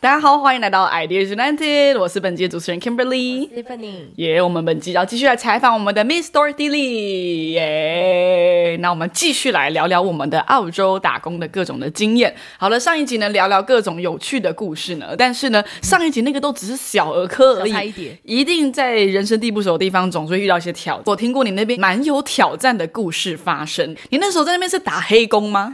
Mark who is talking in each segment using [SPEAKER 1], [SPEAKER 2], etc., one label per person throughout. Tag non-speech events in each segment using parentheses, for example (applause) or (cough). [SPEAKER 1] 大家好，欢迎来到 Ideas United，我是本期的主持人 Kimberly。
[SPEAKER 2] Tiffany，
[SPEAKER 1] 耶我们本期要继续来采访我们的 Miss Dorothy Lee，耶、那我们继续来聊聊我们的澳洲打工的各种的经验。好了，上一集呢聊聊各种有趣的故事呢，但是呢上一集那个都只是小儿科而
[SPEAKER 2] 小菜
[SPEAKER 1] 已
[SPEAKER 2] 一碟，
[SPEAKER 1] 一定在人生地不熟的地方总是会遇到一些挑战。我听过你那边蛮有挑战的故事发生，你那时候在那边是打黑工吗？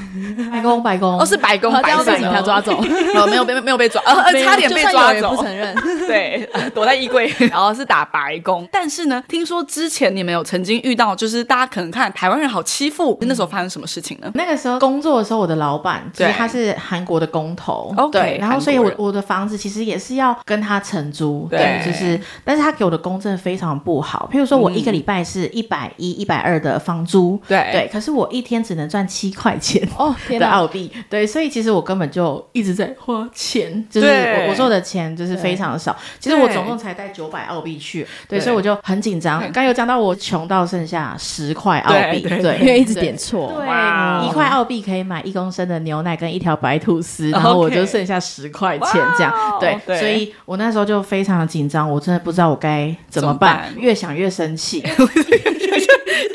[SPEAKER 2] 白宫，白宫，
[SPEAKER 1] 哦，是白工，
[SPEAKER 2] 然后
[SPEAKER 1] 白
[SPEAKER 2] 这样被
[SPEAKER 1] 工
[SPEAKER 2] 警察抓走，
[SPEAKER 1] (laughs) 哦，没有被没有被抓，呃，
[SPEAKER 2] (laughs)
[SPEAKER 1] 呃差点被抓
[SPEAKER 2] 就算有也不
[SPEAKER 1] 走。
[SPEAKER 2] 承认。
[SPEAKER 1] (laughs) 对，躲在衣柜， (laughs) 然后是打白工。但是呢，听说之前你们有曾经遇到，就是大家可能看台湾人好欺负，那时候发生什么事情呢？
[SPEAKER 3] 那个时候工作的时候，我的老板其
[SPEAKER 1] 对
[SPEAKER 3] 实他是韩国的工头
[SPEAKER 1] OK，
[SPEAKER 3] 对，然后所以
[SPEAKER 1] 韩国
[SPEAKER 3] 我
[SPEAKER 1] 人
[SPEAKER 3] 我的房子其实也是要跟他承租，
[SPEAKER 1] 对
[SPEAKER 3] 就是，但是他给我的工证非常不好，譬如
[SPEAKER 1] 嗯
[SPEAKER 3] 说我一个礼拜是一百一、一百二的房租，
[SPEAKER 1] 对
[SPEAKER 3] 对，可是我一天只能赚七块钱。
[SPEAKER 2] (laughs) 哦，天
[SPEAKER 3] 的
[SPEAKER 2] 哪！
[SPEAKER 3] 澳币，对，所以其实我根本就一直在花钱，就是
[SPEAKER 1] 对
[SPEAKER 3] 我我说的钱就是非常少。其实我总共才带九百澳币去，对，
[SPEAKER 1] 对
[SPEAKER 3] 所以我就很紧张。刚有讲到我穷到剩下十块澳币，
[SPEAKER 1] 对对
[SPEAKER 3] 对，
[SPEAKER 2] 因为一直点错，
[SPEAKER 1] 哇哦
[SPEAKER 3] 对，一块澳币可以买一公升的牛奶跟一条白吐
[SPEAKER 1] (laughs)
[SPEAKER 3] 司，然后我
[SPEAKER 1] OK
[SPEAKER 3] 就剩下十块钱这样
[SPEAKER 1] 哇哦。
[SPEAKER 3] 对，
[SPEAKER 1] 对
[SPEAKER 3] 所以我那时候就非常的紧张，我真的不知道我该怎
[SPEAKER 1] 怎
[SPEAKER 3] 么
[SPEAKER 1] 么
[SPEAKER 3] 办，
[SPEAKER 1] 办
[SPEAKER 3] 越想越
[SPEAKER 1] (laughs)
[SPEAKER 3] 生气，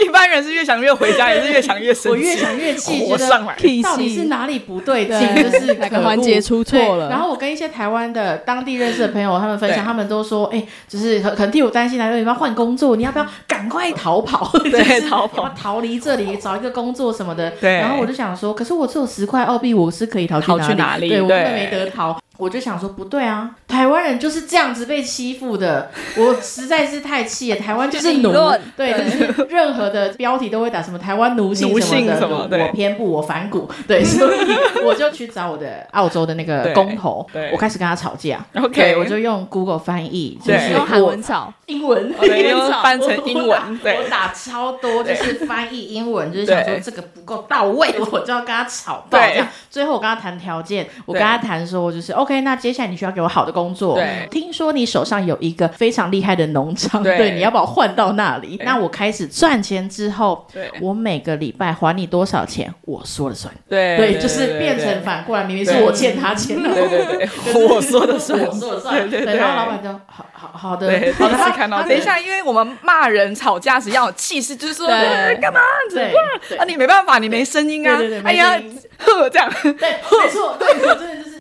[SPEAKER 1] 一般人是越想越回家，也是越想越生气，
[SPEAKER 3] 我越想越气，
[SPEAKER 1] (laughs) 火
[SPEAKER 3] 觉
[SPEAKER 1] 上
[SPEAKER 3] 得。
[SPEAKER 1] 来。
[SPEAKER 2] 屁
[SPEAKER 3] 到底是
[SPEAKER 2] 事，
[SPEAKER 3] 哪里不 (laughs) 对劲？
[SPEAKER 2] 对
[SPEAKER 3] 就是
[SPEAKER 2] 哪个
[SPEAKER 3] 可恶
[SPEAKER 2] 环节出错
[SPEAKER 3] 对
[SPEAKER 2] 了
[SPEAKER 3] 然后我跟一些台湾的当地认识的朋友，他们分
[SPEAKER 1] 对
[SPEAKER 3] 享，他们都说，哎，就是很很替我担心啊，因为你要换工作，你要不要赶快
[SPEAKER 1] (laughs)
[SPEAKER 3] 逃跑？ (laughs) 就是
[SPEAKER 1] 逃跑
[SPEAKER 3] 要逃离这里，找一个工作什么的。
[SPEAKER 1] 对
[SPEAKER 3] 然后我就想说，可是我只有十块澳币，我是可以逃去
[SPEAKER 1] 逃
[SPEAKER 3] 哪
[SPEAKER 1] 去哪里
[SPEAKER 3] 对我根
[SPEAKER 1] 对
[SPEAKER 3] 本没得逃。我就想说，不对啊，台湾人就是这样子被欺负的， (laughs) 我实在是太气了。台湾就
[SPEAKER 2] 就
[SPEAKER 1] (laughs)
[SPEAKER 2] 是
[SPEAKER 3] 是
[SPEAKER 2] 奴
[SPEAKER 3] 奴
[SPEAKER 2] 论，
[SPEAKER 3] 对，就是任何的标题都会打什么台湾奴性
[SPEAKER 1] 奴
[SPEAKER 3] 什么
[SPEAKER 1] 性
[SPEAKER 3] 的，
[SPEAKER 1] 什么对
[SPEAKER 3] 我偏不，我反骨，对，所以我就去找我的澳洲的那个
[SPEAKER 1] 对
[SPEAKER 3] 工头
[SPEAKER 1] 对，
[SPEAKER 3] 我开始跟他吵架。
[SPEAKER 1] OK
[SPEAKER 3] 对我就用 Google 翻译，就
[SPEAKER 1] 对
[SPEAKER 3] 是
[SPEAKER 2] 用韩
[SPEAKER 3] 我
[SPEAKER 2] 文找，
[SPEAKER 3] 英文， (laughs)
[SPEAKER 1] 对
[SPEAKER 3] 英文
[SPEAKER 1] 用
[SPEAKER 3] 找
[SPEAKER 1] 翻成英文
[SPEAKER 3] 我打
[SPEAKER 1] 对
[SPEAKER 3] 我打超多，
[SPEAKER 1] 对
[SPEAKER 3] 就是翻译英文，就是想说
[SPEAKER 1] 对
[SPEAKER 3] 这个不够到位， (laughs) 我就要跟他吵爆
[SPEAKER 1] 对
[SPEAKER 3] 这样。最后我跟他谈条件，我
[SPEAKER 1] 对
[SPEAKER 3] 跟他谈说，就是 OK，那接下来你需要给我好的工作
[SPEAKER 1] 对。
[SPEAKER 3] 听说你手上有一个非常厉害的农场，
[SPEAKER 1] 对
[SPEAKER 3] 对，你要把我换到那里。那我开始赚钱之后
[SPEAKER 1] 对，
[SPEAKER 3] 我每个礼拜还你多少钱，我说了算。
[SPEAKER 1] 对
[SPEAKER 3] 对，就是变成反过来，明明是我欠他钱的。
[SPEAKER 1] 对对 (laughs) 对，我说的算，
[SPEAKER 3] 我说了算，
[SPEAKER 1] 对对对
[SPEAKER 3] 然后老板就好好好
[SPEAKER 1] (laughs)
[SPEAKER 3] 的，
[SPEAKER 1] 对，
[SPEAKER 3] 好
[SPEAKER 1] 第一
[SPEAKER 3] 的，
[SPEAKER 1] 次
[SPEAKER 3] 他
[SPEAKER 1] 看到
[SPEAKER 3] 他
[SPEAKER 1] 这个。等一下，因为我们骂人吵架时要有气势，就是说哎
[SPEAKER 2] 对
[SPEAKER 1] 干嘛这样
[SPEAKER 3] 对
[SPEAKER 1] 子？
[SPEAKER 3] 对
[SPEAKER 1] 啊，你没办法，你没声音啊
[SPEAKER 3] 对对对！
[SPEAKER 1] 哎呀
[SPEAKER 3] 没声音，
[SPEAKER 1] (laughs) 呵，这样
[SPEAKER 3] (laughs) 对，没错，对，我真的就是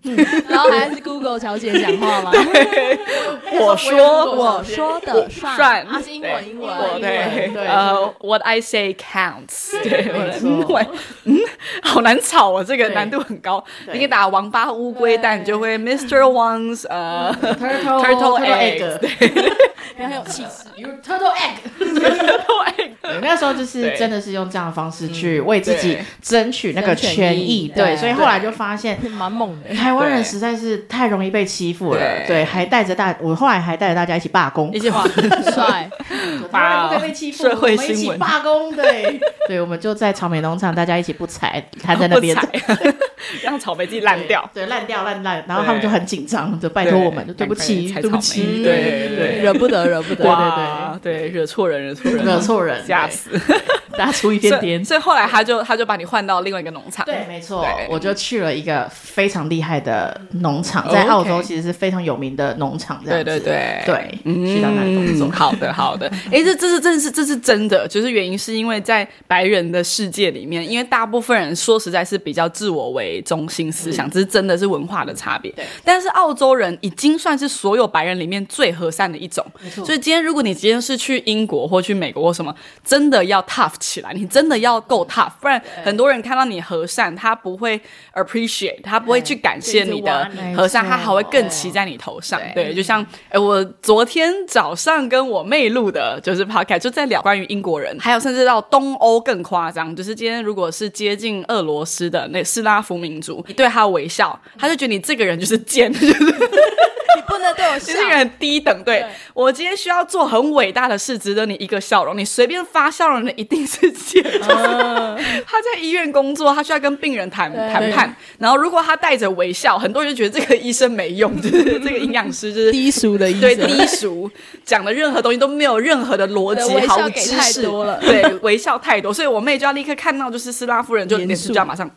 [SPEAKER 2] 然后还是 Google 小姐讲话吗？
[SPEAKER 1] 我说
[SPEAKER 2] 我说的算，啊是英文，英
[SPEAKER 1] 我
[SPEAKER 2] 文，
[SPEAKER 1] 对
[SPEAKER 3] 英文对
[SPEAKER 1] 呃，What I say counts，对，我的
[SPEAKER 3] 没错
[SPEAKER 1] 英文，嗯，好难吵啊，这个
[SPEAKER 3] 对
[SPEAKER 1] 难度很高。
[SPEAKER 3] 对
[SPEAKER 1] 你可以打王八乌龟蛋，你就会 Mr. One's 呃
[SPEAKER 3] turtle
[SPEAKER 1] turtle egg，
[SPEAKER 3] egg，
[SPEAKER 2] 然后很有气势，
[SPEAKER 3] you turtle egg。对那时候就是真的是用这样的方式去为自己
[SPEAKER 1] 嗯对
[SPEAKER 3] 争取那个权
[SPEAKER 2] 争
[SPEAKER 3] 益，
[SPEAKER 2] 权益
[SPEAKER 3] 对，所以后来就发现。
[SPEAKER 2] 蛮猛的。
[SPEAKER 3] 台湾人
[SPEAKER 1] 对
[SPEAKER 3] 实在是太容易被欺负了，
[SPEAKER 1] 对
[SPEAKER 3] 对，还带着大，我后来还带着大家一起罢工，
[SPEAKER 1] 一些话，
[SPEAKER 2] 帅，
[SPEAKER 3] 台湾人不可以被欺负，
[SPEAKER 1] 社会
[SPEAKER 3] 我们一
[SPEAKER 1] 新
[SPEAKER 3] 起
[SPEAKER 1] 闻
[SPEAKER 3] 罢工，对， (laughs) 对，我们就在草莓农场，大家一起不踩，摊在那边
[SPEAKER 1] 不踩 (laughs) 让草莓自己烂掉。
[SPEAKER 3] 对，对烂掉烂烂，然后他们
[SPEAKER 1] 对
[SPEAKER 3] 就很紧张，就拜托我们，就对不起，
[SPEAKER 1] 赶快
[SPEAKER 3] 嗯对不
[SPEAKER 1] 采草莓
[SPEAKER 3] 起，
[SPEAKER 1] 对对对
[SPEAKER 2] 惹不得，惹不
[SPEAKER 3] 对
[SPEAKER 2] 得。
[SPEAKER 1] 哇对，惹错人，惹错人，
[SPEAKER 3] 惹错人，
[SPEAKER 1] 吓
[SPEAKER 3] 对
[SPEAKER 1] 死！
[SPEAKER 3] 大家出一
[SPEAKER 1] 所
[SPEAKER 3] 点
[SPEAKER 1] 以
[SPEAKER 3] 点。
[SPEAKER 1] 所以后来他就他就把你换到另外一个农场，
[SPEAKER 3] 对，没错
[SPEAKER 1] 对，哦
[SPEAKER 3] 我就去了一个非常厉害的农场，在澳洲
[SPEAKER 1] OK
[SPEAKER 3] 其实是非常有名的农场，这
[SPEAKER 1] 对
[SPEAKER 3] 样
[SPEAKER 1] 对
[SPEAKER 3] 子。
[SPEAKER 1] 对
[SPEAKER 3] 对去到那里工作
[SPEAKER 1] 嗯好的好
[SPEAKER 3] (laughs)
[SPEAKER 1] 的，哎，这这是这是这是真的，就是原因是因为在白人的世界里面，因为大部分人说实在是比较自我为中心思想，这是真的是文化的差别。
[SPEAKER 3] 嗯对，
[SPEAKER 1] 但是澳洲人已经算是所有白人里面最和善的一种，
[SPEAKER 3] 错
[SPEAKER 1] 所以今天如果你今天是去英国或去美国或什么，真的要 tough 起来，你真的要够 tough，不然很多人看到你和善，他不会 appreciate，他不会去感谢你的
[SPEAKER 3] 对一直挖你
[SPEAKER 1] 和善，他还会更
[SPEAKER 3] 没错
[SPEAKER 1] 期在你头上。对，就像哎，我昨天早上跟我妹录的，就是 podcast，就在聊关于英国人，还有甚至到东欧更夸张，就是今天如果是接近俄罗斯的那斯拉夫民族，你对他微笑，他就觉得你这个人就是贱， (laughs) 就是
[SPEAKER 2] 你不能对我笑
[SPEAKER 1] 这，个人很低等。对我今天需要做很伟大的事，值得你一个笑容，你随便发笑容的一定是贱，就是、他他在医院工作，他需要跟病人谈
[SPEAKER 2] 对
[SPEAKER 1] 谈判，然后如果他带着微笑，很多人就觉得这个医生没用， (laughs) 就是这个营养师就是
[SPEAKER 2] (laughs) 低俗的医
[SPEAKER 1] 对
[SPEAKER 2] 生，
[SPEAKER 1] 低俗，讲的任何东西都没有任何的逻
[SPEAKER 2] 对
[SPEAKER 1] 辑
[SPEAKER 2] 微，笑
[SPEAKER 1] 毫无
[SPEAKER 2] 给
[SPEAKER 1] 知
[SPEAKER 2] 太
[SPEAKER 1] 识，
[SPEAKER 2] 多了
[SPEAKER 1] 对微笑太多，所以我妹就要立刻看到就是斯拉夫人就
[SPEAKER 2] 严
[SPEAKER 1] 脸色
[SPEAKER 2] 肃
[SPEAKER 1] 就要马上。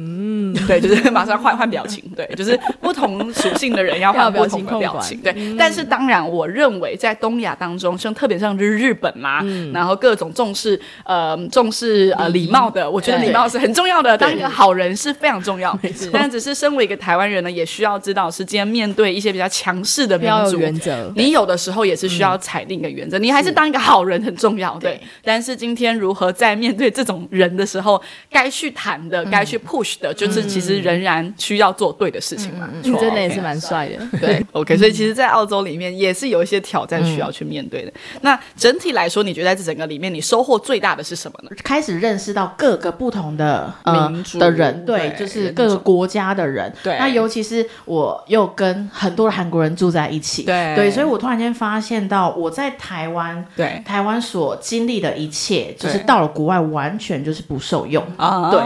[SPEAKER 1] 嗯， (laughs) 对，就是马上换换表情，对，就是不同属性的人要
[SPEAKER 2] 要
[SPEAKER 1] 换
[SPEAKER 2] 表
[SPEAKER 1] 不
[SPEAKER 2] 情
[SPEAKER 1] 同的表情，
[SPEAKER 2] 控管嗯
[SPEAKER 1] 对。但是当然，我认为在东亚当中，像特别像是日本啦，
[SPEAKER 2] 嗯
[SPEAKER 1] 然后各种重视呃重视呃礼貌的，我觉得
[SPEAKER 2] 对
[SPEAKER 1] 礼貌是很重要的，当一个好人是非常重要
[SPEAKER 2] 没错。
[SPEAKER 1] 但只是身为一个台湾人呢，也需要知道是今天面对一些比较强势的民
[SPEAKER 2] 要有
[SPEAKER 1] 族，
[SPEAKER 2] 原则。
[SPEAKER 1] 你有的时候也是需要踩定一个原则，你还嗯是当一个好人很重要，对
[SPEAKER 2] 对。
[SPEAKER 1] 但是今天如何在面对这种人的时候，该去谈的、该去 push 的，就是其实仍然需要做嗯对的事情嘛。
[SPEAKER 2] 你真的也是
[SPEAKER 1] OK
[SPEAKER 2] 蛮帅的，
[SPEAKER 1] 对，OK。所以嗯其实，在澳洲里面也是有一些挑战需要去面对的。那整体来说，你觉得在这整个里面，你收获最大的是什么呢？
[SPEAKER 3] 开始认识到各个不同的呃
[SPEAKER 1] 民族
[SPEAKER 3] 的人，对，
[SPEAKER 1] 对
[SPEAKER 3] 就是
[SPEAKER 1] 人
[SPEAKER 3] 各个
[SPEAKER 1] 种
[SPEAKER 3] 国家的人。
[SPEAKER 1] 对
[SPEAKER 3] 那尤其是我又跟很多的韩国人住在一起，
[SPEAKER 1] 对
[SPEAKER 3] 对，所以我突然间发现到我在台湾，
[SPEAKER 1] 对
[SPEAKER 3] 台湾所经历的一切，就是
[SPEAKER 1] 对
[SPEAKER 3] 到了国外完全就是不受用。
[SPEAKER 1] 啊
[SPEAKER 3] 对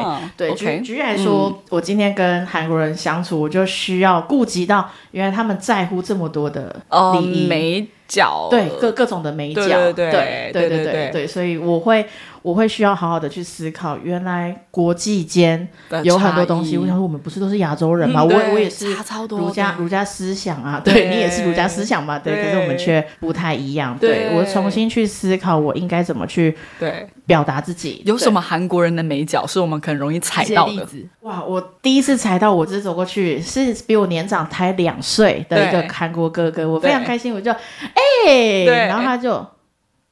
[SPEAKER 3] 对，举
[SPEAKER 1] ，OK，嗯
[SPEAKER 3] 举例来说，我今天跟韩国人相处，我就需要顾及到原来他们在乎这么多的
[SPEAKER 1] 哦，
[SPEAKER 3] 礼仪、
[SPEAKER 1] 美角，
[SPEAKER 3] 对各各种的美角，
[SPEAKER 1] 对对
[SPEAKER 3] 对
[SPEAKER 1] 对
[SPEAKER 3] 对
[SPEAKER 1] 对对
[SPEAKER 3] 对所以我会我会需要好好的去思考，原来国际间
[SPEAKER 1] 的
[SPEAKER 3] 有很多
[SPEAKER 1] 差
[SPEAKER 3] 东西，
[SPEAKER 1] 异
[SPEAKER 3] 我想说我们不是都是亚洲人嘛，
[SPEAKER 1] 嗯
[SPEAKER 3] 我
[SPEAKER 1] 对
[SPEAKER 3] 我也是
[SPEAKER 1] 差超多
[SPEAKER 3] 儒家
[SPEAKER 1] 的
[SPEAKER 3] 儒家思想啊，
[SPEAKER 1] 对
[SPEAKER 3] 对你也是儒家思想嘛，对，
[SPEAKER 1] 对
[SPEAKER 3] 可是我们却不太一样，
[SPEAKER 1] 对
[SPEAKER 3] 对我重新去思考我应该怎么去
[SPEAKER 1] 对。
[SPEAKER 3] 表达自己，
[SPEAKER 1] 有
[SPEAKER 3] 对
[SPEAKER 1] 什么韩国人的美角是我们很容易踩
[SPEAKER 2] 一些
[SPEAKER 1] 到
[SPEAKER 2] 例
[SPEAKER 1] 的？
[SPEAKER 2] 子，
[SPEAKER 3] 哇！我第一次踩到，我这走过去是比我年长才两岁的一个
[SPEAKER 1] 对
[SPEAKER 3] 韩国哥哥，我非常
[SPEAKER 1] 对
[SPEAKER 3] 开心，我就哎，
[SPEAKER 1] 对
[SPEAKER 3] 然后他就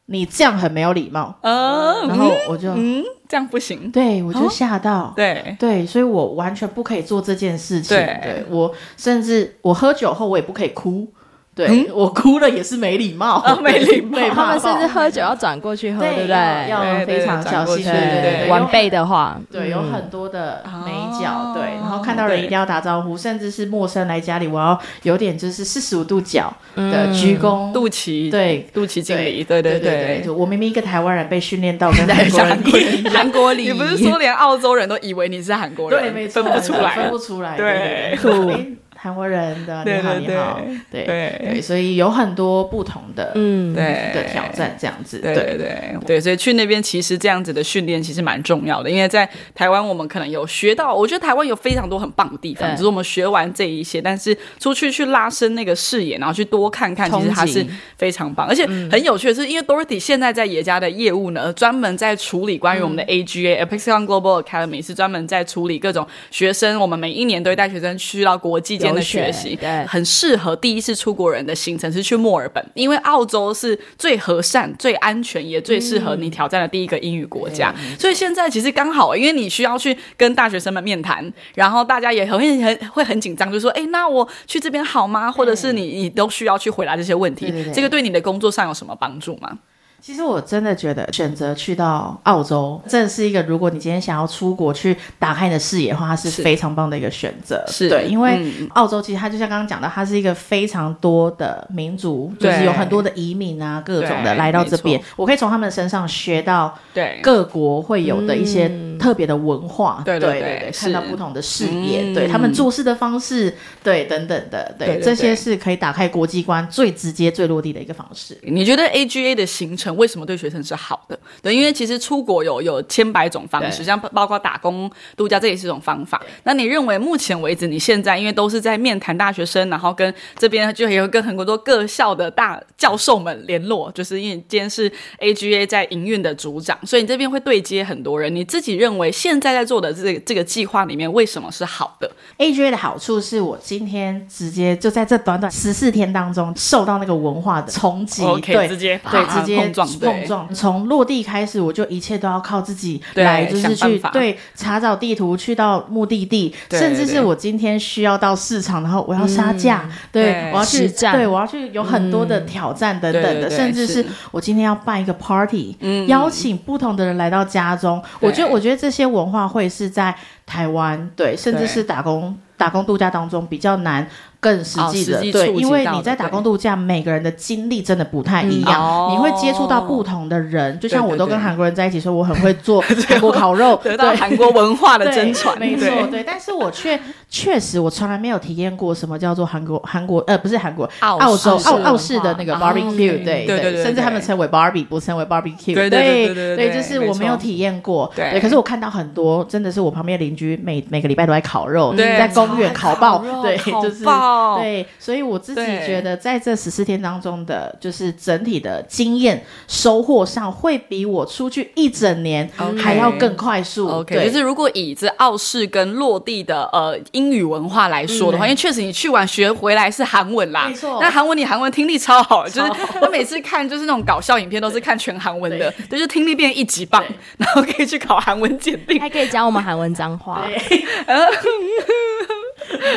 [SPEAKER 3] 你这样很没有礼貌，
[SPEAKER 1] 嗯，
[SPEAKER 3] 然后我就、
[SPEAKER 1] 嗯，这样不行。
[SPEAKER 3] 对我就吓到。
[SPEAKER 1] 对，
[SPEAKER 3] 对，所以我完全不可以做这件事情。
[SPEAKER 1] 对
[SPEAKER 3] 对我甚至我喝酒后我也不可以哭，对、我哭了也是没礼貌，
[SPEAKER 1] 啊嗯没礼貌
[SPEAKER 3] (laughs) 对被
[SPEAKER 2] 哦他
[SPEAKER 3] 骂
[SPEAKER 2] 们甚
[SPEAKER 3] 爆
[SPEAKER 2] 至喝酒要转过去喝，
[SPEAKER 3] 对
[SPEAKER 2] 对不
[SPEAKER 3] 要
[SPEAKER 2] 对？
[SPEAKER 1] 对对
[SPEAKER 3] 要非常
[SPEAKER 1] 转
[SPEAKER 3] 小
[SPEAKER 1] 过
[SPEAKER 3] 心，
[SPEAKER 1] 去
[SPEAKER 3] 对对对，有
[SPEAKER 2] 晚辈的话，嗯
[SPEAKER 3] 对，有
[SPEAKER 1] 嗯
[SPEAKER 3] 很多的美角，
[SPEAKER 1] 哦
[SPEAKER 3] 对，然后看到人一定要打招呼，甚至是陌生来家里，我要有点就是四十五度角
[SPEAKER 1] 嗯
[SPEAKER 3] 的鞠躬，
[SPEAKER 1] 肚脐，
[SPEAKER 3] 哦对
[SPEAKER 1] 肚脐敬礼，对
[SPEAKER 3] 对
[SPEAKER 1] 对
[SPEAKER 3] 对
[SPEAKER 1] 对。
[SPEAKER 3] 就我明明一个台湾人被训
[SPEAKER 1] (laughs)
[SPEAKER 3] 练到跟韩国人一样，
[SPEAKER 1] 韩国 (laughs) 你不是说连澳洲人都以为你是韩国人，
[SPEAKER 3] 对，没错，
[SPEAKER 1] 分不出来
[SPEAKER 3] 分
[SPEAKER 1] 了
[SPEAKER 3] 不。出来，
[SPEAKER 1] 对
[SPEAKER 3] 对对对，诶韩国人的你
[SPEAKER 1] 对
[SPEAKER 3] 好
[SPEAKER 1] 对
[SPEAKER 3] 你好，对
[SPEAKER 1] 对
[SPEAKER 3] 对，所以有很多不同的
[SPEAKER 2] 嗯，
[SPEAKER 1] 对
[SPEAKER 3] 的挑。战，这样子，
[SPEAKER 1] 对对对对，所以去那边其实这样子的训练其实蛮重要的，因为在台湾我们可能有学到，我觉得台湾有非常多很棒的地方，
[SPEAKER 2] 对
[SPEAKER 1] 只是我们学完这一些，但是出去去拉伸那个视野，然后去多看看，其实它是
[SPEAKER 2] 憧憬嗯
[SPEAKER 1] 非常棒，而且很有趣的是，因为 Dorothy 现在在野家的业务呢，专门在处理关于我们的
[SPEAKER 2] 嗯
[SPEAKER 1] AGA、Apexon Global Academy 是专门在处理各种学生，我们每一年都会带学生去到国际间的学习
[SPEAKER 2] 留学，对
[SPEAKER 1] 很适合第一次出国人的行程是去墨尔本，因为澳洲是最和善、最安全，也最适合你挑战的第一个英语国家。所以现在其实刚好，因为你需要去跟大学生们面谈，然后大家也很会很会很紧张，就说：“哎、那我去这边好吗？”或者是你你都需要去回答这些问题。
[SPEAKER 3] 对对对
[SPEAKER 1] 这个对你的工作上有什么帮助吗？
[SPEAKER 3] 其实我真的觉得选择去到澳洲，这是一个如果你今天想要出国去打开你的视野的话，它是
[SPEAKER 1] 是
[SPEAKER 3] 非常棒的一个选择。
[SPEAKER 1] 是
[SPEAKER 3] 对，因为
[SPEAKER 1] 嗯
[SPEAKER 3] 澳洲其实它就像刚刚讲的，它是一个非常多的民族，就
[SPEAKER 1] 对
[SPEAKER 3] 是有很多的移民啊，各种的
[SPEAKER 1] 对
[SPEAKER 3] 来到这边
[SPEAKER 1] 没，
[SPEAKER 3] 我可以从他们身上学到
[SPEAKER 1] 对
[SPEAKER 3] 各国会有的一些特别的文化，
[SPEAKER 1] 对对
[SPEAKER 3] 对
[SPEAKER 1] 对
[SPEAKER 3] 对，
[SPEAKER 1] 是
[SPEAKER 3] 看到不同的视
[SPEAKER 1] 嗯
[SPEAKER 3] 野，对他们做事的方式，对等等的，
[SPEAKER 1] 对
[SPEAKER 3] 对
[SPEAKER 1] 对
[SPEAKER 3] 这些
[SPEAKER 1] 对
[SPEAKER 3] 是可以打开国际观最直接、最落地的一个方式。
[SPEAKER 1] 你觉得 AGA 的行程为什么对学生是好的？对，因为其实出国有有千百种方式，
[SPEAKER 2] 对
[SPEAKER 1] 像包括打工度假，这也是一种方法。那你认为目前为止，你现在因为都是在面谈大学生，然后跟这边就也会跟很多各校的大教授们联络，就是因为今天是 AGA 在营运的组长，所以你这边会对接很多人。你自己认为现在在做的这个这个计划里面，为什么是好的？
[SPEAKER 3] AGA 的好处是我今天直接就在这短短十四天当中受到那个文化的冲击
[SPEAKER 1] OK，
[SPEAKER 3] 对
[SPEAKER 1] 直接
[SPEAKER 3] 对，
[SPEAKER 1] 啪
[SPEAKER 3] 直接
[SPEAKER 1] 碰撞对
[SPEAKER 3] 碰撞。从落地开始，我就一切都要靠自己
[SPEAKER 1] 对
[SPEAKER 3] 来，就是
[SPEAKER 1] 想办
[SPEAKER 3] 去
[SPEAKER 1] 法
[SPEAKER 3] 对查找地图，去到目的地，
[SPEAKER 1] 对
[SPEAKER 3] 甚至是
[SPEAKER 1] 对
[SPEAKER 3] 我今天需要到市场，然后我要杀价，
[SPEAKER 1] 对
[SPEAKER 3] 对我要
[SPEAKER 2] 嗯
[SPEAKER 3] 去
[SPEAKER 2] 实战嗯
[SPEAKER 3] 对我要去有很多的挑战等等
[SPEAKER 1] 对对
[SPEAKER 3] 的，
[SPEAKER 1] 对
[SPEAKER 3] 甚至
[SPEAKER 1] 是嗯
[SPEAKER 3] 是我今天要办一个 party，邀请不同的人来到家中。我觉得，
[SPEAKER 1] 对
[SPEAKER 3] 我觉得这些文化会是在台湾，对，甚
[SPEAKER 1] 对
[SPEAKER 3] 至是打工打工度假当中比较难更实际
[SPEAKER 1] 哦
[SPEAKER 3] 的，
[SPEAKER 1] 实际
[SPEAKER 3] 对，
[SPEAKER 1] 触及
[SPEAKER 3] 因为
[SPEAKER 1] 到的
[SPEAKER 3] 你在打工度假，每个人的经历真的不太一样，
[SPEAKER 1] 嗯
[SPEAKER 3] 你会接触到不同的人。就像我都
[SPEAKER 1] 对
[SPEAKER 3] 跟
[SPEAKER 1] 对
[SPEAKER 3] 韩国人在一起说，我很会
[SPEAKER 1] (laughs)
[SPEAKER 3] 做韩国烤肉，
[SPEAKER 1] 得到
[SPEAKER 3] 对
[SPEAKER 1] 韩国文化的
[SPEAKER 3] 对
[SPEAKER 1] 真传，
[SPEAKER 3] 没
[SPEAKER 1] 对
[SPEAKER 3] 错，对。但是我却确实，我从来没有体验过什么叫做韩国韩国呃，不是韩国
[SPEAKER 1] 澳
[SPEAKER 3] 澳洲
[SPEAKER 1] 式
[SPEAKER 3] 澳
[SPEAKER 1] 文
[SPEAKER 3] 澳式的那个
[SPEAKER 2] 化
[SPEAKER 3] barbecue，、
[SPEAKER 2] 哦
[SPEAKER 3] 对
[SPEAKER 1] 对对对
[SPEAKER 3] 甚至
[SPEAKER 1] 对
[SPEAKER 3] 他们称为 barbie，不称为 barbecue，
[SPEAKER 1] 对对对
[SPEAKER 3] 对
[SPEAKER 1] 对对对
[SPEAKER 3] 就是
[SPEAKER 1] 没
[SPEAKER 3] 我没有
[SPEAKER 1] 错
[SPEAKER 3] 体验过，
[SPEAKER 1] 对
[SPEAKER 3] 可是我看到很多，真的是我旁边邻居每每个礼拜都在烤肉，
[SPEAKER 1] 嗯对
[SPEAKER 3] 在公
[SPEAKER 1] 超爱
[SPEAKER 3] 园烤爆
[SPEAKER 1] 烤肉，
[SPEAKER 3] 对，
[SPEAKER 1] 烤
[SPEAKER 3] 就是
[SPEAKER 1] 爆
[SPEAKER 3] 对，所以我自己
[SPEAKER 1] 对
[SPEAKER 3] 觉得在这十四天当中的，就是整体的经验收获上，会比我出去一整年
[SPEAKER 1] OK
[SPEAKER 3] 还要更快速。对
[SPEAKER 1] OK，就是如果以这澳式跟落地的呃英语文化来说的话，因为确实你去完学回来是韩文啦，
[SPEAKER 3] 没错
[SPEAKER 1] 那韩文你韩文听力超好，就是我每次看就是那种搞笑影片都是看全韩文的，就是听力变一级棒，然后可以去考韩文检定。
[SPEAKER 2] 还可以教我们韩文脏话，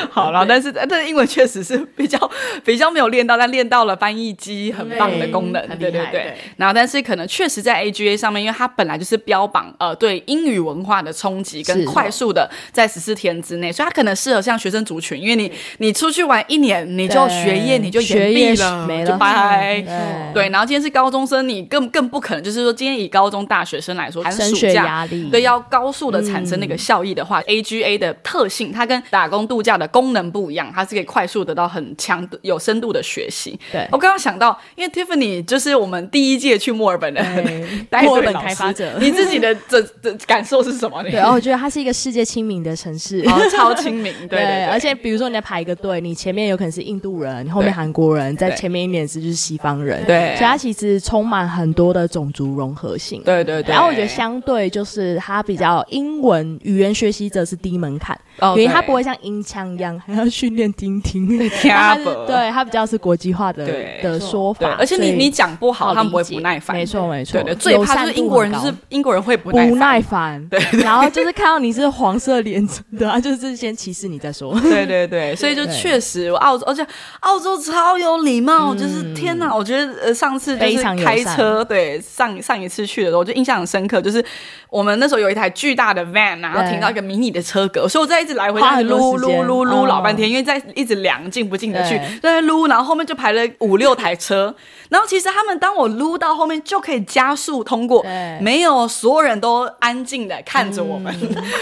[SPEAKER 1] 好了，但是但是英文确实是比较 (laughs) 比较没有练到，但练到了翻译机很棒的功能，
[SPEAKER 3] 很厉
[SPEAKER 1] 对
[SPEAKER 3] 害
[SPEAKER 1] 对
[SPEAKER 3] 对
[SPEAKER 1] 然后但是可能确实在 AGA 上面，因为它本来就是标榜呃对英语文化的冲击跟
[SPEAKER 2] 是
[SPEAKER 1] 快速的在十四天之内，所以它可能适合像学生族群，因为你你出去玩一年，你就
[SPEAKER 2] 对
[SPEAKER 1] 学业你就
[SPEAKER 2] 学
[SPEAKER 1] 延
[SPEAKER 2] 业
[SPEAKER 1] 毕了，
[SPEAKER 2] 没
[SPEAKER 1] 就
[SPEAKER 2] 了
[SPEAKER 1] 拜。
[SPEAKER 2] 对
[SPEAKER 1] 对，然后今天是高中生，你更更不可能，就是说今天以高中大学生来说，寒
[SPEAKER 2] 升
[SPEAKER 1] 暑
[SPEAKER 2] 学
[SPEAKER 1] 假
[SPEAKER 2] 压力嗯
[SPEAKER 1] 对，要高速的产生那个效益的话、a g a 的特性，它跟打工度假的功能不一样，它是可以快速得到很强的、有深度的学习。
[SPEAKER 2] 对
[SPEAKER 1] 我刚刚想到，因为 Tiffany 就是我们第一届去墨尔本的 (laughs) 带队
[SPEAKER 2] 墨尔本
[SPEAKER 1] 老师
[SPEAKER 2] 开发者
[SPEAKER 1] 你自己的这这感受是什么？
[SPEAKER 2] 对，然哦后我觉得它是一个世界亲民的城市。
[SPEAKER 1] 哦，超亲
[SPEAKER 2] (laughs)
[SPEAKER 1] 民，对对，
[SPEAKER 2] 而且比如说你在排一个队，你前面有可能是印度人，后面韩国人，在前面一点是就是西方人，
[SPEAKER 1] 对
[SPEAKER 2] 所以它其实充满很多的种族融合性。
[SPEAKER 1] 对对对。
[SPEAKER 2] 然后我觉得相对就是它比较英文语言学习者是低门槛，
[SPEAKER 1] 哦
[SPEAKER 2] 因为它
[SPEAKER 1] 对
[SPEAKER 2] 不会像音腔一样 (laughs) 还要训练听听，
[SPEAKER 1] 听
[SPEAKER 2] 它
[SPEAKER 1] 不
[SPEAKER 2] 是对它比较是国际化的
[SPEAKER 1] 对
[SPEAKER 2] 的说
[SPEAKER 1] 对，
[SPEAKER 2] 法，
[SPEAKER 1] 而且你
[SPEAKER 2] 所以
[SPEAKER 1] 你讲不好，
[SPEAKER 2] 好
[SPEAKER 1] 他们不会
[SPEAKER 2] 理解
[SPEAKER 1] 不耐烦。
[SPEAKER 2] 没错没错
[SPEAKER 1] 对对，最怕就
[SPEAKER 2] 友
[SPEAKER 1] 是
[SPEAKER 2] 善度
[SPEAKER 1] 英国人，就
[SPEAKER 2] 很高
[SPEAKER 1] 是英国人会不
[SPEAKER 2] 不耐
[SPEAKER 1] 耐烦。
[SPEAKER 2] 烦，对，然后就是看到你是黄色脸的， (laughs) 他就是先歧视你
[SPEAKER 1] (laughs)
[SPEAKER 2] 再说。
[SPEAKER 1] 对对对，所以就
[SPEAKER 2] 对
[SPEAKER 1] 确实，我澳洲，而且澳洲超有礼貌，就是天哪！我觉得呃，上次就
[SPEAKER 2] 嗯非
[SPEAKER 1] 是
[SPEAKER 2] 常友
[SPEAKER 1] 开
[SPEAKER 2] 善
[SPEAKER 1] 车，对上上一次去的时候，我就印象很深刻，就是我们那时候有一台巨大的 van，然后
[SPEAKER 2] 对
[SPEAKER 1] 停到一个迷你的车格，所以我在一直来回这
[SPEAKER 2] 花
[SPEAKER 1] 样
[SPEAKER 2] 很多
[SPEAKER 1] 撸
[SPEAKER 2] 时
[SPEAKER 1] 撸
[SPEAKER 2] 间
[SPEAKER 1] 撸撸
[SPEAKER 2] 嗯
[SPEAKER 1] 老半天，因为在一直量进不进得去
[SPEAKER 2] 对，
[SPEAKER 1] 在那撸，然后后面就排了五六台车，然后其实他们当我撸到后面就可以加速通过
[SPEAKER 2] 对，
[SPEAKER 1] 没有所有人都安静的看着我们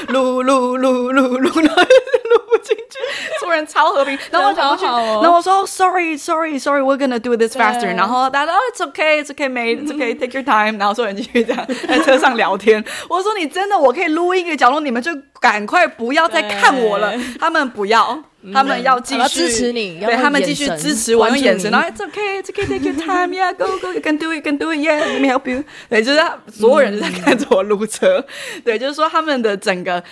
[SPEAKER 1] 撸撸撸撸撸，然后录不进去，做人超和平。然后我
[SPEAKER 2] 人
[SPEAKER 1] 跑过去，
[SPEAKER 2] 好好哦
[SPEAKER 1] 然后我说 sorry sorry sorry we're gonna do this faster。
[SPEAKER 2] 对
[SPEAKER 1] 然后大家都哦 it's okay it's okay mate it's okay take your time。然后所有人继续这样在车上聊天。我说你真的我可以撸一个角落，你们就赶快不要再看我了。他们不要。他们要继
[SPEAKER 2] 要
[SPEAKER 1] 续
[SPEAKER 2] 支持你要
[SPEAKER 1] 对
[SPEAKER 2] 用
[SPEAKER 1] 他们继续
[SPEAKER 2] 眼神
[SPEAKER 1] 支持我，用
[SPEAKER 2] 关注
[SPEAKER 1] 眼神，
[SPEAKER 2] 你
[SPEAKER 1] 然后 It's okay, it's okay, take your time, yeah, go, go, you can do it, you can do it, yeah, let me help you。对，就是他所有人
[SPEAKER 2] 嗯
[SPEAKER 1] 就在看着我撸车，对，就是说他们的整个。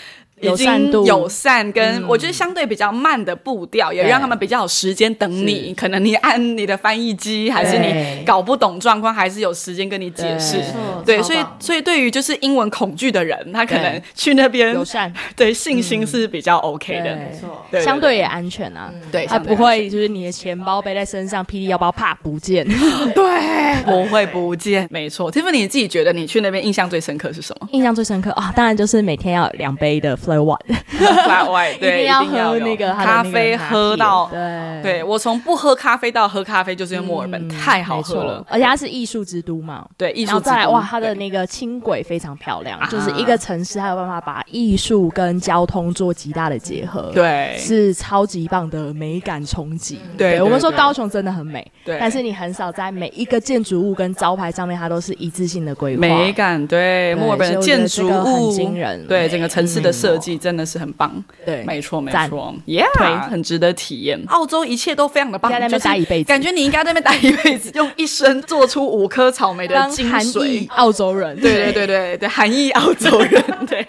[SPEAKER 1] 已
[SPEAKER 2] 友善
[SPEAKER 1] 经
[SPEAKER 2] 度嗯
[SPEAKER 1] 友善，跟我觉得相对比较慢的步调，也
[SPEAKER 2] 对
[SPEAKER 1] 让他们比较有时间等你。可能你按你的翻译机，还是你
[SPEAKER 3] 对
[SPEAKER 1] 搞不懂状况，还是有时间跟你解释
[SPEAKER 2] 对没
[SPEAKER 3] 错。
[SPEAKER 1] 对，
[SPEAKER 3] 超
[SPEAKER 1] 所以
[SPEAKER 3] 棒
[SPEAKER 1] 所以对于就是英文恐惧的人，他可
[SPEAKER 2] 对
[SPEAKER 1] 能去那边
[SPEAKER 2] 友善，
[SPEAKER 1] 对信心是比较 OK 的。
[SPEAKER 2] 对
[SPEAKER 3] 没错。
[SPEAKER 1] 对
[SPEAKER 2] 相对也安全啊，
[SPEAKER 1] 对
[SPEAKER 2] 它
[SPEAKER 1] 相对
[SPEAKER 2] 不会就是你的钱包背在身上，霹雳腰包啪不见。
[SPEAKER 1] (laughs) 对，不会不见，没错。Tiffany，你自己觉得你去那边印象最深刻是什么
[SPEAKER 2] 印象最深刻啊，当然就是每天要有两杯的 flat white，
[SPEAKER 1] (laughs) ？Flat white，对，
[SPEAKER 2] 一定
[SPEAKER 1] 要
[SPEAKER 2] 要喝
[SPEAKER 1] 有
[SPEAKER 2] 那个它的
[SPEAKER 1] 咖
[SPEAKER 2] 那个
[SPEAKER 1] 啡，
[SPEAKER 2] 拿铁
[SPEAKER 1] 喝到。
[SPEAKER 2] 对。
[SPEAKER 1] 对我从不喝咖啡到喝咖啡，就是因为墨尔本、太好喝了。
[SPEAKER 2] 而且它是艺术之都嘛，
[SPEAKER 1] 对艺术
[SPEAKER 2] 然后再来
[SPEAKER 1] 之都
[SPEAKER 2] 哇，它的那个轻轨非常漂亮，就是一个城市，它有办法把艺术跟交通做极大的结合，，
[SPEAKER 1] 对
[SPEAKER 2] 是超级棒的美感冲击。
[SPEAKER 1] 对对
[SPEAKER 2] 我们说
[SPEAKER 1] 对
[SPEAKER 2] 高雄真的很美，
[SPEAKER 1] 对
[SPEAKER 2] 但是你很少在每一个建筑物跟招牌上面，它都是一致性的规划，
[SPEAKER 1] 美感，对
[SPEAKER 2] 对
[SPEAKER 1] 墨尔本的
[SPEAKER 2] 所以
[SPEAKER 1] 建
[SPEAKER 2] 我
[SPEAKER 1] 筑
[SPEAKER 2] 觉得这个很
[SPEAKER 1] 物
[SPEAKER 2] 惊人
[SPEAKER 1] 对
[SPEAKER 2] 对
[SPEAKER 1] 整个城市的设计真的是很棒。
[SPEAKER 2] 对，
[SPEAKER 1] 没错，没
[SPEAKER 2] 赞
[SPEAKER 1] 错，Yeah，很值得体验。澳洲一切都非常的棒，
[SPEAKER 2] 应该在那边
[SPEAKER 1] 就是
[SPEAKER 2] 待一辈子
[SPEAKER 1] 感觉你应该在那边待一辈子，用一生做出五颗草莓的
[SPEAKER 2] 当
[SPEAKER 1] 精
[SPEAKER 2] 韩
[SPEAKER 1] 髓
[SPEAKER 2] 裔。澳洲
[SPEAKER 1] (laughs)
[SPEAKER 2] 人，
[SPEAKER 1] 对对对对对，韩裔澳洲人对，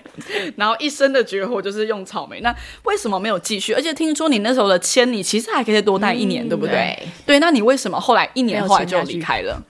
[SPEAKER 1] 然后一生的绝活就是用草莓。那为什么没有继续？而且听说你那时候的签，你其实还可以再多待一年，对不对？
[SPEAKER 3] 对
[SPEAKER 1] 嗯对，那你为什么后来一
[SPEAKER 2] 没
[SPEAKER 1] 年
[SPEAKER 2] 有
[SPEAKER 1] 后来
[SPEAKER 2] 签
[SPEAKER 1] 就
[SPEAKER 2] 下去
[SPEAKER 1] 离开了？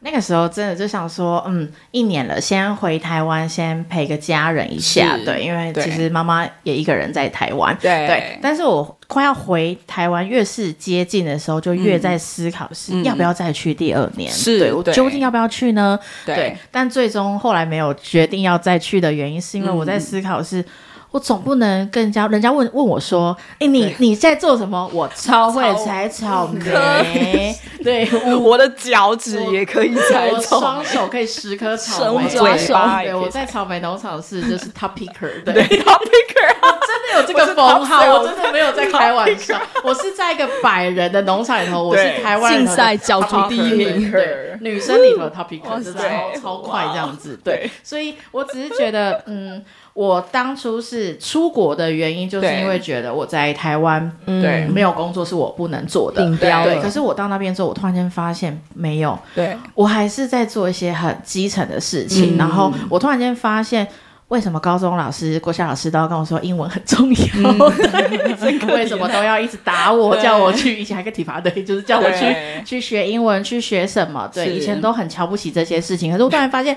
[SPEAKER 3] 那个时候真的就想说，嗯，一年了，先回台湾，先陪个家人一下，
[SPEAKER 1] 是
[SPEAKER 3] 对，因为
[SPEAKER 1] 对
[SPEAKER 3] 其实妈妈也一个人在台湾，
[SPEAKER 1] 对
[SPEAKER 3] 但是我快要回台湾，越是接近的时候，就越在思考是要不要再去第二年，
[SPEAKER 1] 嗯是
[SPEAKER 3] 对我
[SPEAKER 1] 对
[SPEAKER 3] 究竟要不要去呢？
[SPEAKER 1] 对嗯
[SPEAKER 3] 但最终后来没有决定要再去的原因，是因为我在思考是。我总不能跟人家人家问问我说，哎、你你在做什么？我超会采草莓，对，
[SPEAKER 1] 我的脚趾也可以
[SPEAKER 3] (laughs)
[SPEAKER 1] 踩
[SPEAKER 3] 我
[SPEAKER 1] 中。
[SPEAKER 3] 双手可以十颗草莓，
[SPEAKER 2] 手抓手
[SPEAKER 3] 对，我在草莓农场是就是 top picker，对，
[SPEAKER 1] (laughs) 对 t o p i c k
[SPEAKER 3] 真的有这个封号，我真的没有在开玩笑，我是在一个百人的农场里头，我是
[SPEAKER 1] 对
[SPEAKER 3] 台湾人
[SPEAKER 2] 竞赛角逐第一
[SPEAKER 1] 名
[SPEAKER 3] 对，女生里头的 top picker
[SPEAKER 1] 哇
[SPEAKER 3] 真的
[SPEAKER 1] 塞
[SPEAKER 3] 超超快这样子，对。
[SPEAKER 1] 对，
[SPEAKER 3] 所以我只是觉得，嗯，我当初是出国的原因，就是
[SPEAKER 1] 对
[SPEAKER 3] 因为觉得我在台湾，嗯，
[SPEAKER 1] 对
[SPEAKER 3] 没有工作是我不能做的
[SPEAKER 2] 顶。标
[SPEAKER 3] 对，可
[SPEAKER 2] 了，
[SPEAKER 3] 是我到那边之后，我突然间发现没有，
[SPEAKER 1] 对，
[SPEAKER 3] 我还是在做一些很基层的事情。然后我突然间发现，为什么高中老师、国小老师都要跟我说英文很重要？ (laughs) 对嗯为什么都要一直打我，
[SPEAKER 1] 对
[SPEAKER 3] 叫我去以前还跟体罚队，就是叫我去
[SPEAKER 1] 对
[SPEAKER 3] 去学英文，去学什么？对，
[SPEAKER 1] 是
[SPEAKER 3] 以前都很瞧不起这些事情。可是我突然发现。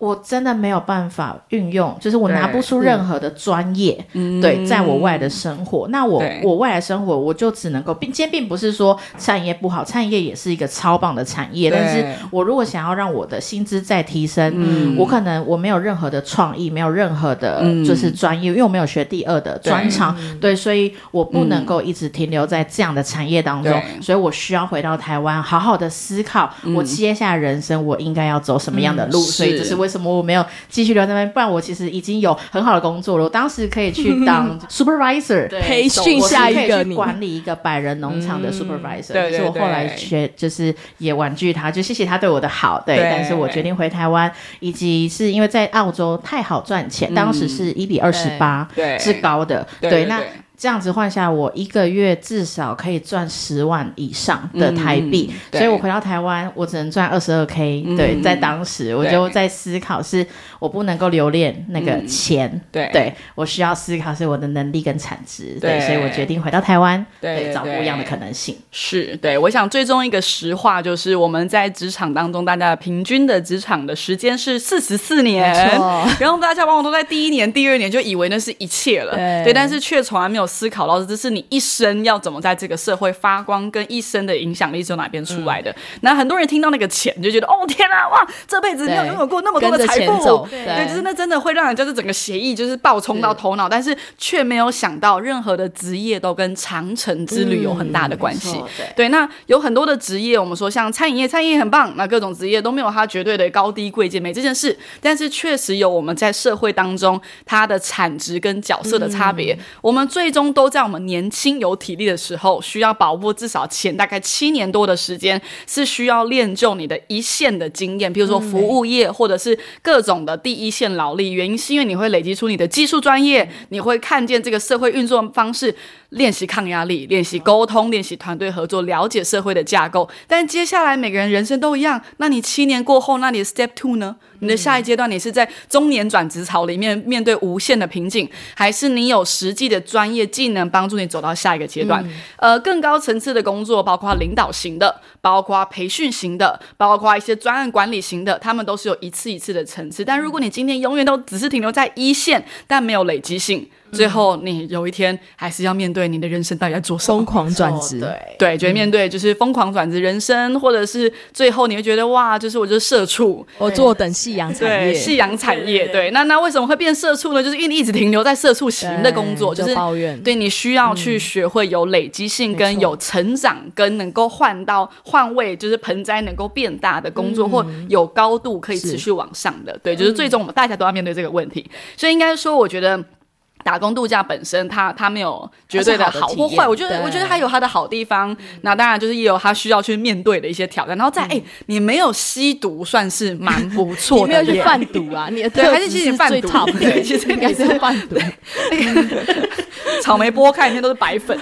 [SPEAKER 3] 我真的没有办法运用，就是我拿
[SPEAKER 1] 对
[SPEAKER 3] 不出任何的专业，对，在我外的生活，那我
[SPEAKER 1] 对
[SPEAKER 3] 我未来生活，我就只能够，并今天并不是说产业不好，产业也是一个超棒的产业，
[SPEAKER 1] 对
[SPEAKER 3] 但是我如果想要让我的薪资再提升，我可能我没有任何的创意，没有任何的
[SPEAKER 1] 嗯
[SPEAKER 3] 就是专业，因为我没有学第二的专长，对，所以我不能够一直停留在这样的产业当中，
[SPEAKER 1] 对
[SPEAKER 3] 所以我需要回到台湾，好好的思考我接下来人生我应该要走什么样的路，
[SPEAKER 1] 是
[SPEAKER 3] 所以这是为什么我没有继续留在那边，不然我其实已经有很好的工作了，我当时可以去当 supervisor，对
[SPEAKER 2] 培训
[SPEAKER 3] 我是
[SPEAKER 2] 下
[SPEAKER 3] 可以
[SPEAKER 2] 一个
[SPEAKER 3] 去
[SPEAKER 2] 你。
[SPEAKER 3] 管理一个百人农场的 supervisor，、
[SPEAKER 1] 嗯对对
[SPEAKER 3] 可是我
[SPEAKER 1] 对
[SPEAKER 3] 后来学就是也婉拒他，就谢谢他对我的好，对，
[SPEAKER 1] 对
[SPEAKER 3] 但是我决定回台湾，以及是因为在澳洲太好赚钱，当时是一比二十八，
[SPEAKER 1] 嗯对
[SPEAKER 3] 是高的，
[SPEAKER 1] 对对
[SPEAKER 3] 那
[SPEAKER 1] 对
[SPEAKER 3] 这样子换下来，我一个月至少可以赚十万以上的台币，
[SPEAKER 1] 嗯对嗯
[SPEAKER 3] 所以我回到台湾，我只能赚二十二 k，对，在当时我就在思考，是我不能够留恋那个钱，
[SPEAKER 1] 嗯对
[SPEAKER 3] 对我需要思考是我的能力跟产值，对，
[SPEAKER 1] 对
[SPEAKER 3] 所以我决定回到台湾，
[SPEAKER 1] 对对
[SPEAKER 3] 找不一样的
[SPEAKER 1] 对
[SPEAKER 3] 可能性。
[SPEAKER 1] 是对，我想最终一个实话就是，我们在职场当中，大家平均的职场的时间是四十四年
[SPEAKER 2] 没错，
[SPEAKER 1] (laughs) 然后大家往往都在第一年、第二年就以为那是一切了，
[SPEAKER 2] 对
[SPEAKER 1] 但是却从来没有思考到，这是你一生要怎么在这个社会发光，跟一生的影响力是由哪边出来
[SPEAKER 2] 嗯
[SPEAKER 1] 的。那很多人听到那个钱就觉得，哦天啊，哇，这辈子没有
[SPEAKER 2] 对
[SPEAKER 1] 拥有过那么多
[SPEAKER 2] 跟
[SPEAKER 1] 的
[SPEAKER 2] 着
[SPEAKER 1] 财
[SPEAKER 2] 钱
[SPEAKER 1] 富
[SPEAKER 2] 走，
[SPEAKER 1] 对，
[SPEAKER 2] 对
[SPEAKER 1] 就是那真的会让人家是整个协议就是爆冲到头脑，但是却没有想到任何的职业都跟长城之旅有很大的关系。
[SPEAKER 3] 嗯没错对
[SPEAKER 1] 对，那有很多的职业，我们说像餐饮业，餐饮业很棒，那各种职业都没有它绝对的高低贵贱美这件事，但是确实有我们在社会当中它的产值跟角色的差别。我们最终都在我们年轻有体力的时候，需要把握至少前大概七年多的时间，是需要练就你的一线的经验，比如说服务业或者是各种的第一线劳力。原因是因为你会累积出你的技术专业，你会看见这个社会运作方式，练习抗压力，练习沟通，练习团队合作，了解社会的架构。但接下来每个人人生都一样，那你七年过后，那你的 step two 呢？你的下一阶段，你是在中年转职潮里面面对无限的瓶颈，还是你有实际的专业技能帮助你走到下一个阶段？呃，更高层次的工作，包括领导型的，包括培训型的，包括一些专案管理型的，他们都是有一次一次的层次。但如果你今天永远都只是停留在一线，但没有累积性，最后你有一天还是要面对你的人生到底在做什么
[SPEAKER 2] 疯。狂转职，
[SPEAKER 3] 哦对。
[SPEAKER 1] 哦对，就会面对就是疯狂转职人生，或者是最后你会觉得哇，就是我就是社畜，
[SPEAKER 2] 我做等夕阳产
[SPEAKER 1] 对，
[SPEAKER 2] 业，
[SPEAKER 1] 夕阳产业，对，那那为什么会变社畜呢？就是因为你一直停留在社畜型的工作，
[SPEAKER 2] 对
[SPEAKER 1] 就是
[SPEAKER 2] 就抱怨
[SPEAKER 1] 对你需要去学会有累积性，
[SPEAKER 2] 嗯没
[SPEAKER 1] 跟
[SPEAKER 2] 错
[SPEAKER 1] 有成长，跟能够换到换位，就是盆栽能够变大的工作，或
[SPEAKER 2] 嗯
[SPEAKER 1] 有高度可以持续往上的，对，就是最终我们大家都要面对这个问题，所以应该说，我觉得。打工度假本身它，它没有绝对的
[SPEAKER 2] 它是
[SPEAKER 1] 好
[SPEAKER 2] 好的体
[SPEAKER 1] 或
[SPEAKER 2] 验
[SPEAKER 1] 坏，我觉得
[SPEAKER 2] 对嗯
[SPEAKER 1] 我觉得它有它的好地方，那当然就是也有它需要去面对的一些挑战。然后再哎、你没有吸毒算是蛮不
[SPEAKER 2] (laughs) 你
[SPEAKER 1] 错
[SPEAKER 2] 没
[SPEAKER 1] 的
[SPEAKER 2] 有
[SPEAKER 1] 耶，
[SPEAKER 2] 去贩毒啊？你的
[SPEAKER 1] 对
[SPEAKER 2] 特
[SPEAKER 1] 还是
[SPEAKER 2] 质
[SPEAKER 1] 其实贩
[SPEAKER 2] 最
[SPEAKER 1] 毒
[SPEAKER 2] top 的
[SPEAKER 1] 对其实
[SPEAKER 2] (laughs) 应该是贩毒。
[SPEAKER 1] (laughs) 草莓剥开里面都是白粉。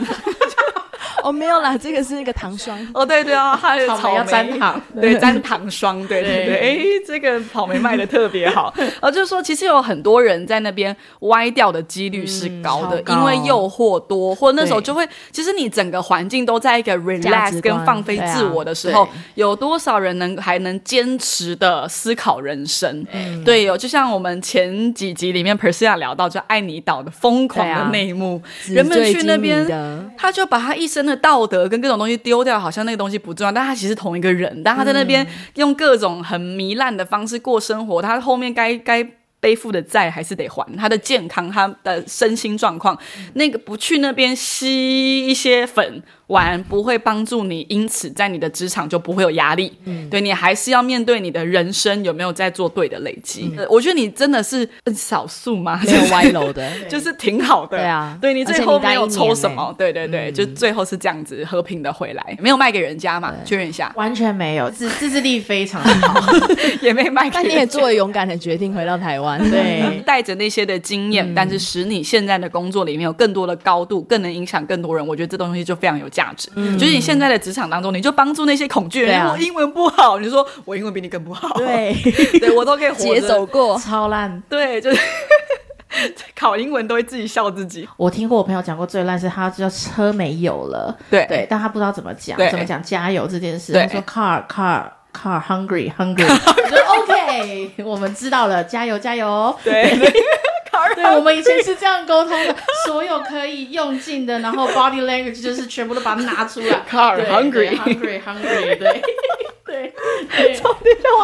[SPEAKER 2] 哦，没有啦，这个是那个
[SPEAKER 1] (laughs)
[SPEAKER 2] 糖霜，
[SPEAKER 1] 哦，对对啊，还有
[SPEAKER 3] 草莓要沾糖，
[SPEAKER 1] 对，沾糖霜，对对对。哎，这个草莓卖的特别好。呃，就是说，其实有很多人在那边歪掉的几率是
[SPEAKER 2] 嗯
[SPEAKER 1] 高的，
[SPEAKER 3] 超高
[SPEAKER 1] 因为诱惑多，或那时候
[SPEAKER 3] 对
[SPEAKER 1] 就会，其实你整个环境都在一个
[SPEAKER 2] 价
[SPEAKER 1] relax
[SPEAKER 2] 值观
[SPEAKER 1] 跟放飞
[SPEAKER 2] 对啊
[SPEAKER 1] 自我的时候
[SPEAKER 3] 对，
[SPEAKER 1] 有多少人能还能坚持的思考人生？
[SPEAKER 2] 嗯
[SPEAKER 1] 对，有就像我们前几集里面 p e r s i a 聊到，就爱你岛的疯狂
[SPEAKER 2] 对
[SPEAKER 1] 的
[SPEAKER 2] 啊
[SPEAKER 1] 内幕，人们去那边
[SPEAKER 2] 纸醉金迷的
[SPEAKER 1] 他就把他一生的道德跟各种东西丢掉，好像那个东西不重要，但他其实是同一个人，但他在那边用各种很糜烂的方式过生活，他后面该该。背负的债还是得还，他的健康、他的身心状况，
[SPEAKER 2] 嗯
[SPEAKER 1] 那个不去那边吸一些粉玩，不会帮助你，因此在你的职场就不会有压力。
[SPEAKER 2] 嗯
[SPEAKER 1] 对你还是要面对你的人生有没有在做对的累积。呃我觉得你真的是呃少数嘛，
[SPEAKER 2] 嗯没有歪楼的。
[SPEAKER 1] 就是挺好的，
[SPEAKER 2] 对啊
[SPEAKER 1] 对你最后没有抽什么
[SPEAKER 2] 而，
[SPEAKER 1] 对对
[SPEAKER 2] 嗯
[SPEAKER 1] 对，就最后是这样子和平的回来，没有卖给人家嘛，确认一下，
[SPEAKER 3] 完全没有，
[SPEAKER 1] (laughs)
[SPEAKER 3] 自自制力非常好。
[SPEAKER 1] 也没卖给
[SPEAKER 2] 嗯但你
[SPEAKER 1] 人
[SPEAKER 2] 也
[SPEAKER 1] 家。
[SPEAKER 2] 做了勇敢的决定，回到台湾。 (laughs)
[SPEAKER 3] 对，
[SPEAKER 1] 带着那些的经
[SPEAKER 2] 嗯
[SPEAKER 1] 验，但是使你现在的工作里面有更多的高度，更能影响更多人。我觉得这东西就非常有价值。就是你现在的职场当中，你就帮助那些恐惧的人。
[SPEAKER 2] 嗯对啊
[SPEAKER 1] 我英文不好，你说我英文比你更不好，
[SPEAKER 2] 对，
[SPEAKER 1] 对我都可以活
[SPEAKER 2] 姐
[SPEAKER 1] 着
[SPEAKER 2] 走。过，
[SPEAKER 3] 超烂。
[SPEAKER 1] 对，就是 (laughs) 考英文都会自己笑自己。
[SPEAKER 3] 我听过我朋友讲过最烂是他叫车没有了，
[SPEAKER 1] 对
[SPEAKER 3] 对，但他不知道怎么讲，
[SPEAKER 1] 对
[SPEAKER 3] 怎么讲加油这件事。
[SPEAKER 1] 对
[SPEAKER 3] 他说 car car car hungry
[SPEAKER 1] (laughs)
[SPEAKER 3] hungry，我说 OK，我们知道了，加油加油。
[SPEAKER 1] (laughs) 对，
[SPEAKER 2] (laughs)
[SPEAKER 1] 考
[SPEAKER 3] 对，我们以前是这样沟通的，所有可以用尽的，然后 body language 就是全部都把它拿出来。
[SPEAKER 1] (laughs) Car
[SPEAKER 3] 对
[SPEAKER 1] hungry
[SPEAKER 3] 对 hungry hungry，对
[SPEAKER 1] (laughs)
[SPEAKER 3] 对对，
[SPEAKER 1] 我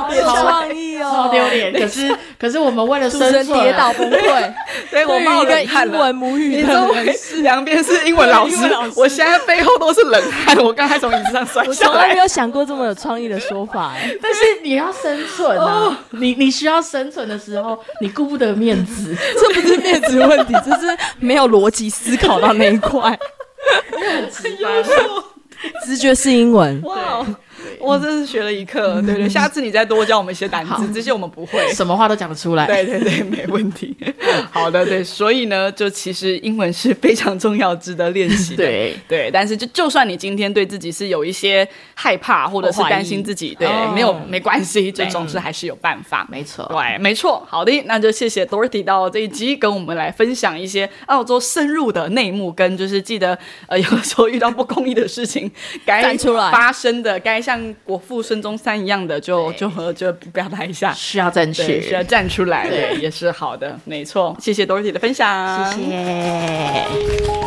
[SPEAKER 3] 跌倒
[SPEAKER 2] 创意哦，
[SPEAKER 3] 超丢脸。可是可是我们为了
[SPEAKER 2] 主
[SPEAKER 3] 生
[SPEAKER 2] 持人
[SPEAKER 3] 存，啊
[SPEAKER 2] 跌倒崩溃。
[SPEAKER 1] (laughs) 对我冒
[SPEAKER 2] 对于
[SPEAKER 1] 冷
[SPEAKER 2] 一个
[SPEAKER 1] 汗
[SPEAKER 2] 英
[SPEAKER 1] 了。
[SPEAKER 2] 文母语
[SPEAKER 1] 你
[SPEAKER 2] 的
[SPEAKER 1] 周
[SPEAKER 2] 人，
[SPEAKER 1] 围两边是英文老师
[SPEAKER 3] 对英文老，师
[SPEAKER 1] 我现在背后都是冷汗。我刚才从椅子上摔
[SPEAKER 2] 我
[SPEAKER 1] 下
[SPEAKER 2] 从来
[SPEAKER 1] 来
[SPEAKER 2] 没。有想过这么有创意的说法、哎
[SPEAKER 3] 但是你要生存
[SPEAKER 1] 哦
[SPEAKER 3] 啊！你你需要生存的时候，你顾不得面
[SPEAKER 1] (laughs)
[SPEAKER 3] 子，
[SPEAKER 2] (laughs) 这不是面子问题，这是没有逻辑思考到那一块，
[SPEAKER 3] 很直白。
[SPEAKER 2] 直觉是英文。
[SPEAKER 1] 哇，我真是学了一课，对 (laughs) 对，下次你再多教我们一些单词，这些我们不会。
[SPEAKER 3] 什么话都讲得出
[SPEAKER 1] (laughs)
[SPEAKER 3] 来。
[SPEAKER 1] 对对对，没问题。 (laughs) 好的，对，所以呢，就其实英文是非常重要、值得练习的。
[SPEAKER 3] 对
[SPEAKER 1] 对，但是就就算你今天对自己是有一些害怕，或者是
[SPEAKER 2] 或怀疑
[SPEAKER 1] 担心自己，对，
[SPEAKER 3] 哦
[SPEAKER 1] 没有没关系，这种是还是有办法。
[SPEAKER 3] 没错。
[SPEAKER 1] 对，没错。好的，那就谢谢 Dorothy 到这一集跟我们来分享一些澳洲深入的内幕，跟就是记得呃有的时候遇到不公义的事 (laughs) 情，该
[SPEAKER 2] 站出来
[SPEAKER 1] 发生的，该像国父孙中山一样的，就就和就表达一下，
[SPEAKER 3] 需要争
[SPEAKER 1] 对，
[SPEAKER 3] 取，
[SPEAKER 1] 是要站出来，
[SPEAKER 3] 对
[SPEAKER 1] 对，也是好的，没错。谢谢 Dorothy 的分享，
[SPEAKER 3] 谢谢。